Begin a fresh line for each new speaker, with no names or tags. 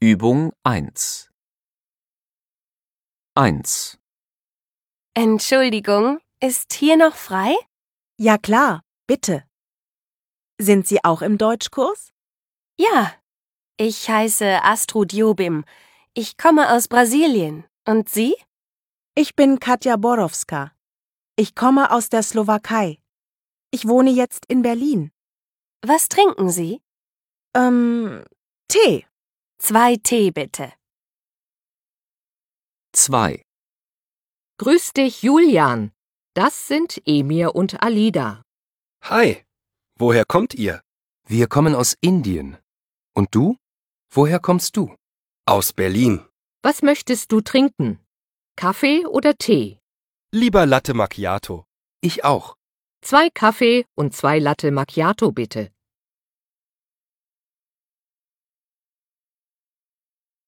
Übung 1 1,
Entschuldigung, ist hier noch frei?
Ja klar, bitte. Sind Sie auch im Deutschkurs?
Ja. Ich heiße Astrud Jobim. Ich komme aus Brasilien. Und Sie?
Ich bin Katja Borowska. Ich komme aus der Slowakei. Ich wohne jetzt in Berlin.
Was trinken Sie?
Ähm, Tee.
Zwei Tee bitte.
2,
Grüß dich, Julian. Das sind Emir und Alida.
Hi, woher kommt ihr?
Wir kommen aus Indien. Und du? Woher kommst du?
Aus Berlin.
Was möchtest du trinken? Kaffee oder Tee?
Lieber Latte Macchiato.
Ich auch.
Zwei Kaffee und zwei Latte Macchiato bitte.